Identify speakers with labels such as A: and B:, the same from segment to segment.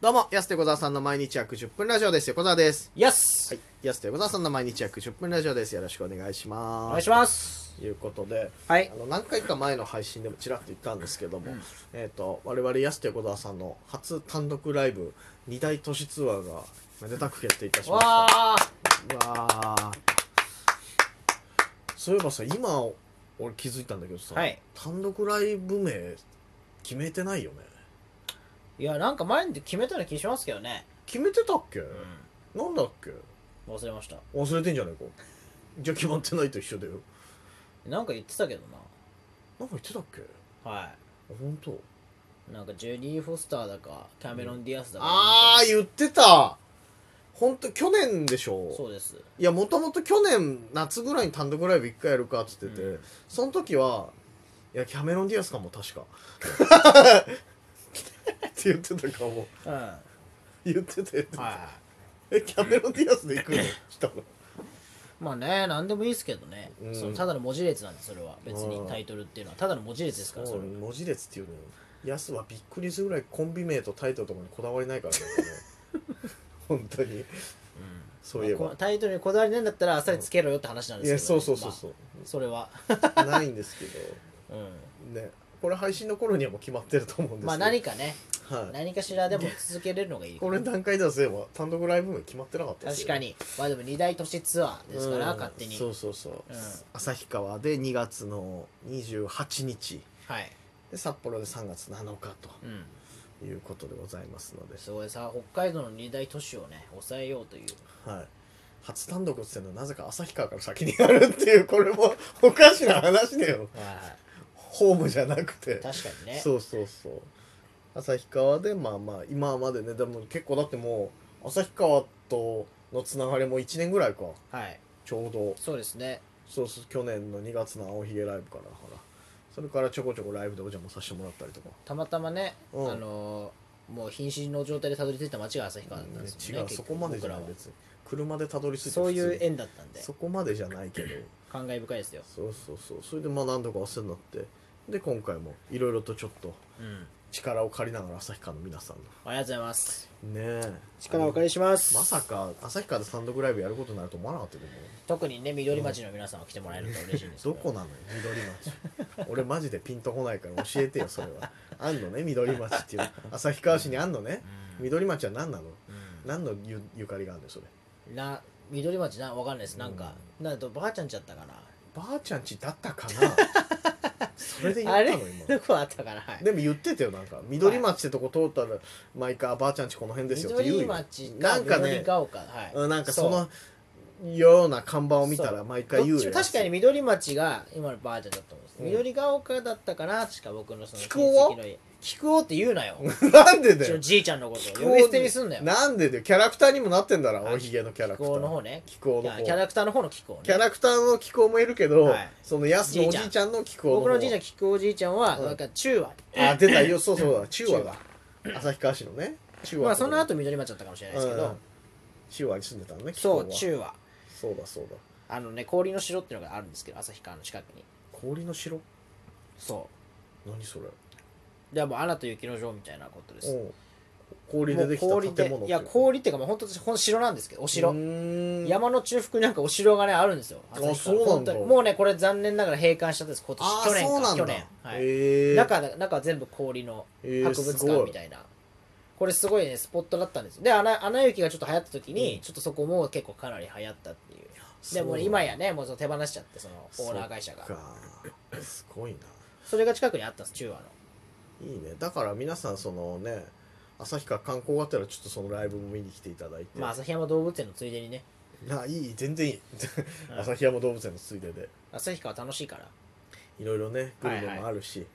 A: どうも、安手小沢さんの毎日約10分ラジオです。横澤です。
B: イエス、
A: はい。安手小沢さんの毎日約10分ラジオです。よろしくお願いします。
B: お願いします
A: ということで、
B: はい
A: あの何回か前の配信でもちらっと言ったんですけども、えっ、と、我々安手小沢さんの初単独ライブ、二大都市ツアーが、めでたく決定いたしました。
B: わあ
A: わあそういえばさ、今、俺気づいたんだけどさ、
B: はい
A: 単独ライブ名、決めてないよね。
B: いやなんか前で決めたら気しますけどね、
A: 決めてたっけ、
B: う
A: なんだっけ
B: ん、忘れました
A: 忘れてんじゃないかじゃあ決まってないと一緒だよ
B: なんか言ってたけど
A: なんか言ってたっけ
B: なは
A: 本当
B: いなんかジェリー・フォスターだかキャメロン・ディアスだか
A: ああ言ってた本当去年でしょ
B: そうです
A: いやもともと去年夏ぐらいに単独ライブ1回やるかっつってて、
B: うん
A: その時はいやキャメロン・ディアスかも確 かって言ってたかも
B: うんは
A: 言ってて、
B: い
A: えキャメロン・ディアスで行 くの来たの
B: まあね何でもいいですけどね、
A: うん
B: そのただの文字列なんでそれは別
A: うん
B: にタイトルっていうのはただの文字列ですからそ
A: そう
B: れは
A: 文字列っていうのよヤスはびっくりするぐらいコンビ名とタイトルとかにこだわりないからね 本当にそういえ
B: まあこ
A: ば
B: のタイトルにこだわりないんだったらあっさりつけろよって話なん
A: い
B: ですけど、
A: やそうそうそうそ
B: ま
A: う
B: あそれは
A: ないんですけど
B: う
A: ねこれ配信の頃にはもう決まってると思うんですけ
B: ん
A: ど
B: まあ何かね
A: は
B: 何かしらでも続けれるのがいい
A: い
B: か
A: こ
B: な
A: れ段階ではそういえば単独ライブも決まってなかったです
B: 確
A: よ
B: かにまあでも二大都市ツアーですから
A: うん
B: 勝手に
A: そうそうそう
B: うん
A: 旭川で2月の28日
B: はい、
A: で札幌で3月7日
B: うん、
A: ということでございますのです
B: ごいさ北海道の二大都市をね抑えようという
A: はい、初単独っつってんのなぜか旭川から先にやるっていうこれもおかしな話だよホームじゃなくて、
B: 確かにね
A: そうそうそう旭川でまあまあ今までねでも結構だってもう旭川とのつながりも1年ぐらいか
B: はい
A: ちょうど
B: そうですね
A: そうそう去年の2月の青ひげライブからほらそれからちょこちょこライブでお邪魔させてもらったりとか
B: たまたまね、
A: うん
B: あのーもう瀕死の状態でたどり着いた町が旭川だったんですよね
A: 違う
B: 結
A: そ
B: 局
A: こまでじゃない
B: 僕らは
A: 別に車でたどり着いて
B: そういう
A: 普通に
B: 縁だったんで
A: そこまでじゃないけど
B: 感慨深いですよ、
A: そうそうそうそれでまあ何度かお世話になってで今回もいろいろとちょっと
B: うん、
A: 力を借りながら旭川の皆さんの
B: ありがとうございます
A: ねえ
B: 力をお借りします
A: まさか旭川で単独ライブやることになると思わなかったけどね
B: 特にね緑町の皆さんは来てもらえると嬉しいんですけ
A: どこなのよ緑町俺マジでピンとこないから教えてよそれはあんのね緑町っていう旭川市にあんのね緑町は何なの
B: うん
A: 何のゆゆかりがあるのよそれ
B: な緑町なわかんないですなんか、なんとばあちゃんちゃったかな
A: ばあちゃんちだったかなそれで言っ
B: あれ
A: たの今
B: どこあったかな、はい、
A: でも言ってたよなんか緑町ってとこ通ったら毎回あばあちゃんちこの辺ですよって言う
B: 緑
A: よ
B: 町か
A: なんかね
B: 緑が丘、はい
A: うんなんかそのような看板を見たら毎
B: そう
A: 回言
B: どっ
A: う
B: ち
A: よ
B: も確かに緑町が今のばあちゃんだと思うんです、
A: うん
B: 緑が丘だっかなしか僕のその
A: 菊男は
B: 親戚の菊王って言うなよ
A: なんで
B: う
A: だ
B: ちの
A: よ
B: じいちゃんのことを呼び捨てにすんなよ
A: なんでだよキャラクターにもなってんだろ
B: はい
A: おひげのキャラク
B: 菊
A: タ
B: 王の
A: ー
B: 方ね
A: 気候
B: い
A: の
B: やキャ
A: 方
B: ラクターの方の菊王ね
A: キャラクターの気候もいるけど
B: はい
A: そのやすのおじいちゃんの気候の方
B: 僕のじいちゃん菊王じいちゃんは、
A: うん
B: なんか中和
A: あ出たよそうそうだ中和だ旭川市のね中和
B: まあ
A: ってと
B: そ
A: こ
B: の後緑町だったかもしれないですけど、
A: うん中和に住んでたのね気候
B: そ
A: は
B: う中和
A: そうだそうだ
B: あのね氷の城っていうのがあるんですけど旭川の近くに
A: 氷の城
B: そ
A: 何それ
B: うでもうアナと雪の女王みたいなことです
A: うん氷
B: も
A: で
B: う
A: できた
B: 氷
A: 建
B: で
A: 物
B: いや氷っていうかもう本当ほんと城なんですけどお城、
A: 山
B: 山の中腹になんかお城がねあるんですよ
A: あそうなんだ
B: 本当にもうねこれ残念ながら閉館しちゃったんです今
A: あー
B: 年去年
A: そうなん
B: か去
A: だ
B: 年、はい
A: へえ
B: 中中は全部氷の
A: え
B: 博物館み
A: い
B: たいな、これすごいねスポットだったんですよでアナ「アナ雪」がちょっと流行った時に、
A: うん
B: ちょっとそこも結構かなり流行ったっていう
A: すごい
B: でもう今やねもうその手放しちゃってそのオーナー会社が
A: そっかすごいな
B: それが近くにあったんです中和の
A: いいねだから皆さんそのね旭川観光がてらちょっとそのライブも見に来ていただいて、
B: まあ旭山動物園のついでにね
A: ないい全然いい
B: うん
A: 旭山動物園のついでで
B: 旭川楽しいから
A: いろいろねグルメもあるし、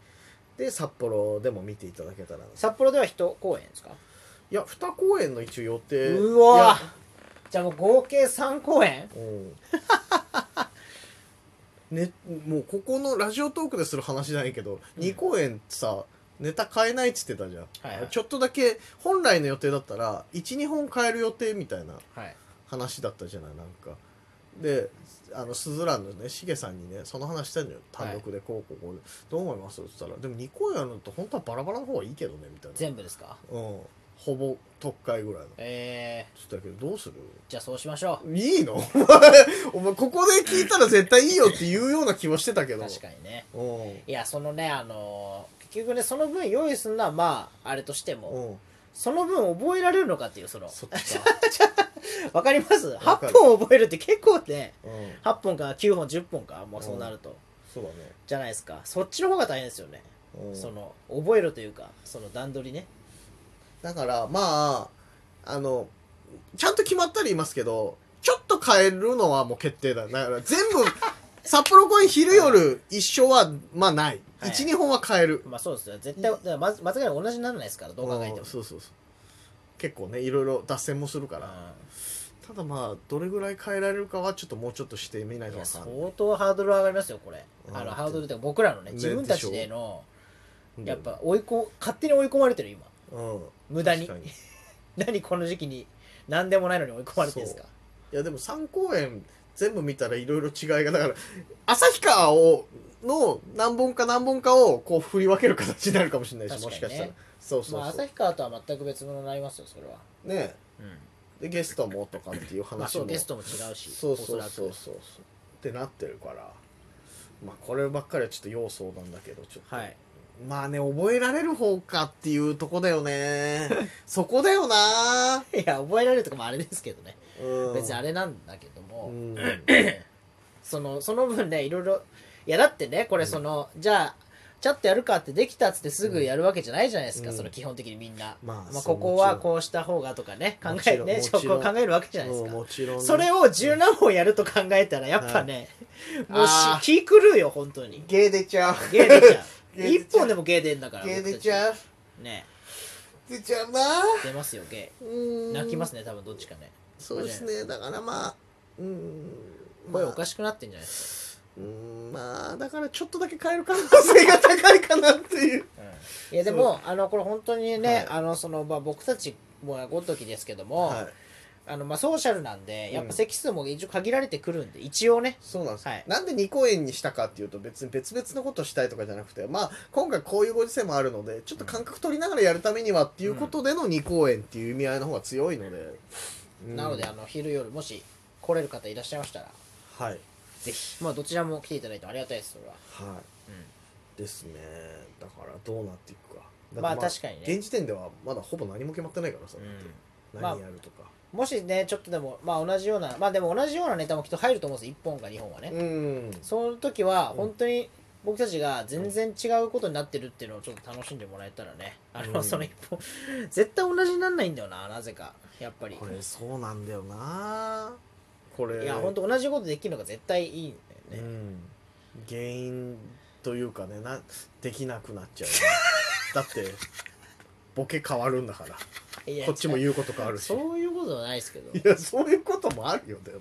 A: で札幌でも見ていただけたらない
B: 札幌では人公園ですか
A: や二公演の一応予定
B: うわじゃあもう合計3公演
A: いやうんね、もうここのラジオトークでする話じゃないけど、
B: うん
A: 二2公演さネタ変えないっつってたじゃん、
B: はいはい
A: ちょっとだけ本来の予定だったら12本変える予定みたいな
B: はい
A: 話だったじゃないなんかであのスズランのねしげさんにねその話したんだよ単独でこうこうこうで、どう思いますって言ったらでも2公演あるのと本当はバラバラの方がいいけどねみたいな
B: 全部ですか
A: うんほぼ特会ぐらいの
B: え
A: つったけどどうする
B: ー、じゃあそうしましょ
A: いいの お前お前ここで聞いたら絶対いいよって言うような気もしてたけ
B: う
A: ど
B: 確かにね
A: うん
B: いやそのねあのー結局ねその分用意するのはまああれとしても、
A: うん
B: その分覚えられるのかっていうその
A: そっちか、
B: わかります
A: わかる
B: ?8 本覚えるって結構ね
A: うん、
B: 8本か9本10本かもうそうなると、
A: そうだ
B: じゃないですかそっちの方が大変ですよね、
A: ね、うん、
B: その覚えろというかその段取りね
A: だからまああのちゃんと決まったり言いますけどちょっと変えるのはもう決定だだから全部 札幌公演昼夜一緒はまあない、
B: はい
A: 一二12本は変える
B: まあそうですよ絶対だからまず間違いなく同じにならないですからどう考えて
A: う
B: も
A: んそうそうそう結構ねいろいろ脱線もするから
B: う
A: ただまあどれぐらい変えられるかはちょっともうちょっとしてみない
B: んい
A: と
B: や
A: わかんない
B: 相当ハードル上がりますよこれ
A: うん
B: あのハードルっていうか僕らのね
A: ね
B: 自分たちでの
A: うん
B: やっぱ追いこ勝手に追い込まれてる今
A: うん
B: 無駄に
A: 確か
B: 何この時期に何でもないのに追い込まれてるんですか
A: いやでも3公演全部見たらいろいろ違いがだから旭川をの何本か何本かをこう振り分ける形になるかもしれないし、もしか
B: 確か
A: し
B: にね
A: たらそうそうそう、
B: まあ旭川とは全く別物になりますよそれは
A: ね
B: うん
A: でゲストもとかっていう話も、
B: まあそうゲストも違うし
A: そうそうそうそう
B: おそ
A: そうってなってるからまあこればっかりはちょっと要素なんだけどちょっと、
B: らく はい
A: まあね覚えられる方かっていうとこだよね そこだよない
B: や覚えられるとかもあれですけどね
A: うん
B: 別にあれなんだけど
A: う
B: も、
A: ん
B: そのその分ねいろいろいやだってねこれその、じゃあちゃっとやるかってできたっつってすぐやるわけじゃないじゃないですか、
A: うん
B: その基本的にみんな、
A: まあ
B: まあ、
A: そう
B: ここはこうした方がとかね考
A: もち
B: え
A: ろん
B: ね
A: もちろん
B: そこを考えるわけじゃないです
A: うん
B: か
A: もちろんね
B: それを十何本やると考えたらやっぱね、
A: はい
B: もうし
A: あー
B: 気狂うよ本当に
A: ゲー出ちゃう
B: 芸出ちゃ う
A: 芸出ちゃう
B: 一本でも芸出んだから
A: ゲー
B: 僕
A: 出
B: た
A: ちゃう
B: ね
A: 出ちゃうな
B: 出ますよ芸
A: うん
B: 泣きますね多分どっちかね
A: そうですねだからまあうん
B: 声おか
A: し
B: しくなってんじゃないです
A: うんまあだからちょっとだけ変える可能性が高いかなって いう
B: か、いやでもあのこれ本当にね、
A: はい
B: あのそのまあ僕たちもごときですけども、
A: はい
B: あのまあソーシャルなんでやっ
A: うん
B: ぱ席数も一応限られてくるんで、一応ね
A: そうなんです、
B: はい
A: なんで2公演にしたかっていうと別に別々のことしたいとかじゃなくてまあ今回こういうご時世もあるのでちょっと感覚取りながらやるためにはっていうことでの2公演っていう意味合いの方が強いので、うん
B: なのであの昼夜もし来れる方いらっしゃいましたら
A: はい
B: ぜひまあどちらも来ていただいてありがたいですそれは、
A: はいですねだからどうなっていくかだって
B: まあ確かにね
A: 現時点ではまだほぼ何も決まってないからさ、だって
B: うん
A: 何やるとか、
B: もしねちょっとでもまあ同じようなまあでも同じようなネタもきっと入ると思うんです1本か2本はね、
A: うん
B: その時は本当に僕たちが全然違うことになってるっていうのをちょっと楽しんでもらえたらねあの、
A: うん
B: その一本絶対同じにならないんだよななぜかやっぱり
A: これそうなんだよなこれ
B: いや本当同じことできるのが絶対いいんだ
A: う
B: よね、
A: ん、原因というかねなできなくなっちゃう、 ね、だってボケ変わるんだから
B: いや
A: こっちも言うこと変わるし
B: そういうことはないですけど
A: いやそういうこともあるよでも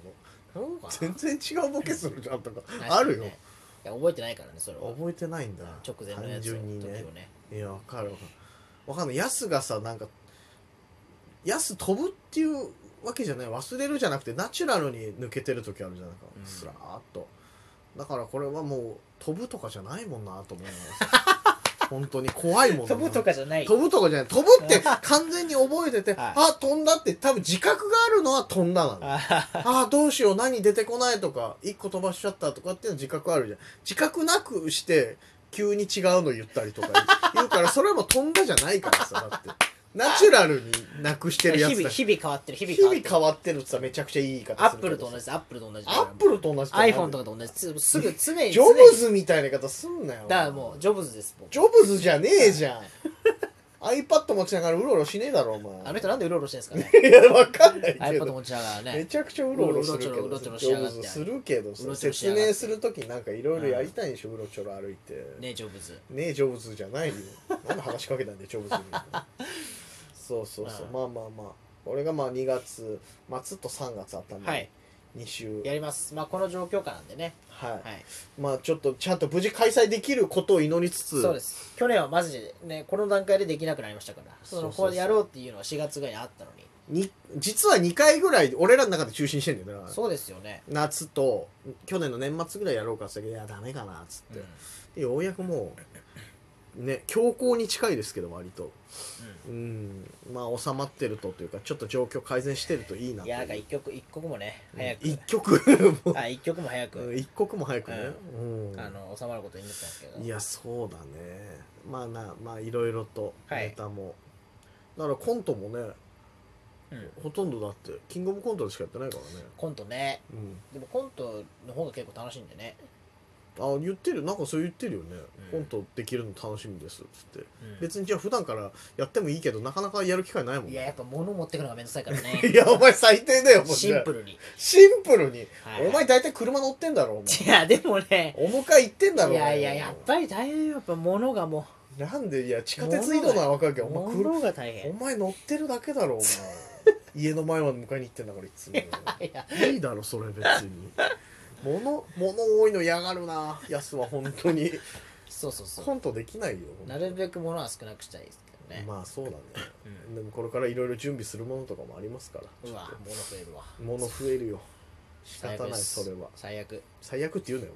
B: そうかな
A: 全然違うボケするじゃんとか
B: 確かにね
A: あるよ
B: いや覚えてないからねそれは
A: 覚えてないんだ
B: 直前の
A: 単
B: やつの
A: 純に
B: 時を
A: ね
B: ね
A: いやわかるわかるわかんないヤスがさなんかヤス飛ぶっていうわけじゃない忘れるじゃなくてナチュラルに抜けてる時あるじゃんないか、
B: うん
A: スラーっとだからこれはもう飛ぶとかじゃないもんな と思います本当に怖いもんな
B: 飛ぶとかじゃない
A: 飛ぶとかじゃない飛ぶって完全に覚えてて
B: はい
A: あ飛んだって多分自覚があるのは飛んだなの
B: あはは
A: ああどうしよう何出てこないとか一個飛ばしちゃったとかっていうの自覚あるじゃん自覚なくして急に違うの言ったりとか言うからそれはもう飛んだじゃないからさだってナチュラルになくしてる
B: 日
A: やつ
B: 々
A: だし
B: 日々変わってる日々
A: 日々
B: 変わってる
A: 変わってるってさめちゃくちゃいい言い方
B: ア
A: す
B: ッ
A: る
B: プ
A: け
B: ル
A: ど
B: と同じですアップルと同じ
A: アップルと同じ
B: iPhone とかと同じすすぐ常に
A: ジョブズみたいな言い方すんなよ
B: だからもうジョブズです僕
A: ジョブズじゃねえじゃん iPad 持ちながらうろうろしねえだろお
B: あ
A: 前
B: の人なんでうろうろしてんですかね
A: いやわかんないけ
B: iPad
A: ど
B: 持ちなが ら
A: め
B: ね
A: ちゃくちゃうろうろするけど
B: うろちょろ
A: ジョブズ
B: うろちょろしやがって
A: するけど
B: うろちょろし
A: 説
B: やがって
A: 明する時なんかいろいろやりたいんでしょうろちょろ歩いてね
B: ねジョブズ
A: えジョブズじゃないよなんで話しかけたんだよジョブズにそうそうそう
B: うん
A: まあまあまあ俺がまあ2月末と3月あったんで、
B: はい
A: 2週
B: やりますまあこの状況下なんでね
A: はい、
B: はい
A: まあちょっとちゃんと無事開催できることを祈りつつ
B: そうです去年はマジでねこの段階でできなくなりましたから
A: そう
B: そ
A: そう
B: の
A: そう
B: こうやろうっていうのは4月ぐらいにあったのに
A: に実は2回ぐらい俺らの中で中心してんだよねだから
B: そうですよね
A: 夏と去年の年末ぐらいやろうかって言ったけどいやダメかなっつって、
B: うん
A: でようやくもうね強行に近いですけど割とうんまあ収まってるとというかちょっと状況改善してるといいなと
B: い
A: い
B: やなんか
A: う
B: 一曲一刻もね
A: うん
B: 早く
A: 一曲 も
B: あ一曲も早く、
A: うん一刻も早くね、うん
B: あの収まることを祈ってますけど
A: いやそうだねまあなまあいろいろと
B: はい
A: ネタも、だからコントもね
B: うん
A: ほとんどだってキングオブコントでしかやってないからね
B: コントね
A: うん
B: でもコントの方が結構楽しいんでね、
A: あ言ってるなんかそう言ってるよね、
B: うん
A: コントできるの楽しみですっつって別にじゃあ普段からやってもいいけどなかなかやる機会ないもん
B: いや
A: ね
B: やっぱ物持ってくのがめんどくさいからね
A: いやお前最低だよもうね
B: シンプルに、
A: シンプルに、
B: はい
A: お前大体車乗ってんだろお
B: いやでもね
A: 前お迎え行ってん
B: い
A: だろお
B: や
A: 前
B: いややっぱり大変よやっぱ物がも
A: なんでいや地下鉄移動なら分かるけ
B: う
A: どお前車
B: 物が大変
A: お前乗ってるだけだろお 前家の前まで迎えに行ってんだからいつも
B: いや
A: いいだろそれ別に物物多いの嫌がるなやすは本当に
B: そうそうそ
A: コントできないよ
B: うなるべく物は少なくしたいですけどね、
A: まあそうだねでもこれからいろいろ準備するものとかもありますから
B: うわ物増えるわ
A: 物増えるよ仕
B: 最
A: 方
B: 悪
A: ない
B: です
A: それは
B: 最悪
A: 最悪って言うなよ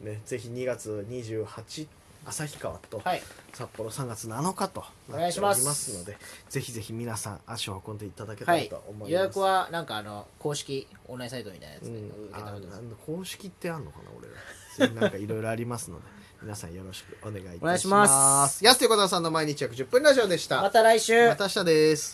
A: お前 ねぜひ2月28旭川と
B: はい
A: 札幌3月7日と
B: お願いします
A: なっておりのでぜひぜひ皆さん足を運んでいただけた
B: は
A: ら
B: い
A: と思います、
B: 予約はなんかあの公式オンラインサイトみたいなや
A: う
B: つで
A: ん
B: 受け
A: あ
B: たまってま
A: な
B: す
A: んだ公式ってあんのかな俺らそれなんかいろいろありますので 皆さんよろしくお願いいたします
B: お願いします
A: 安手小沢さんの毎日約10分ラジオでした
B: また来週
A: また明日です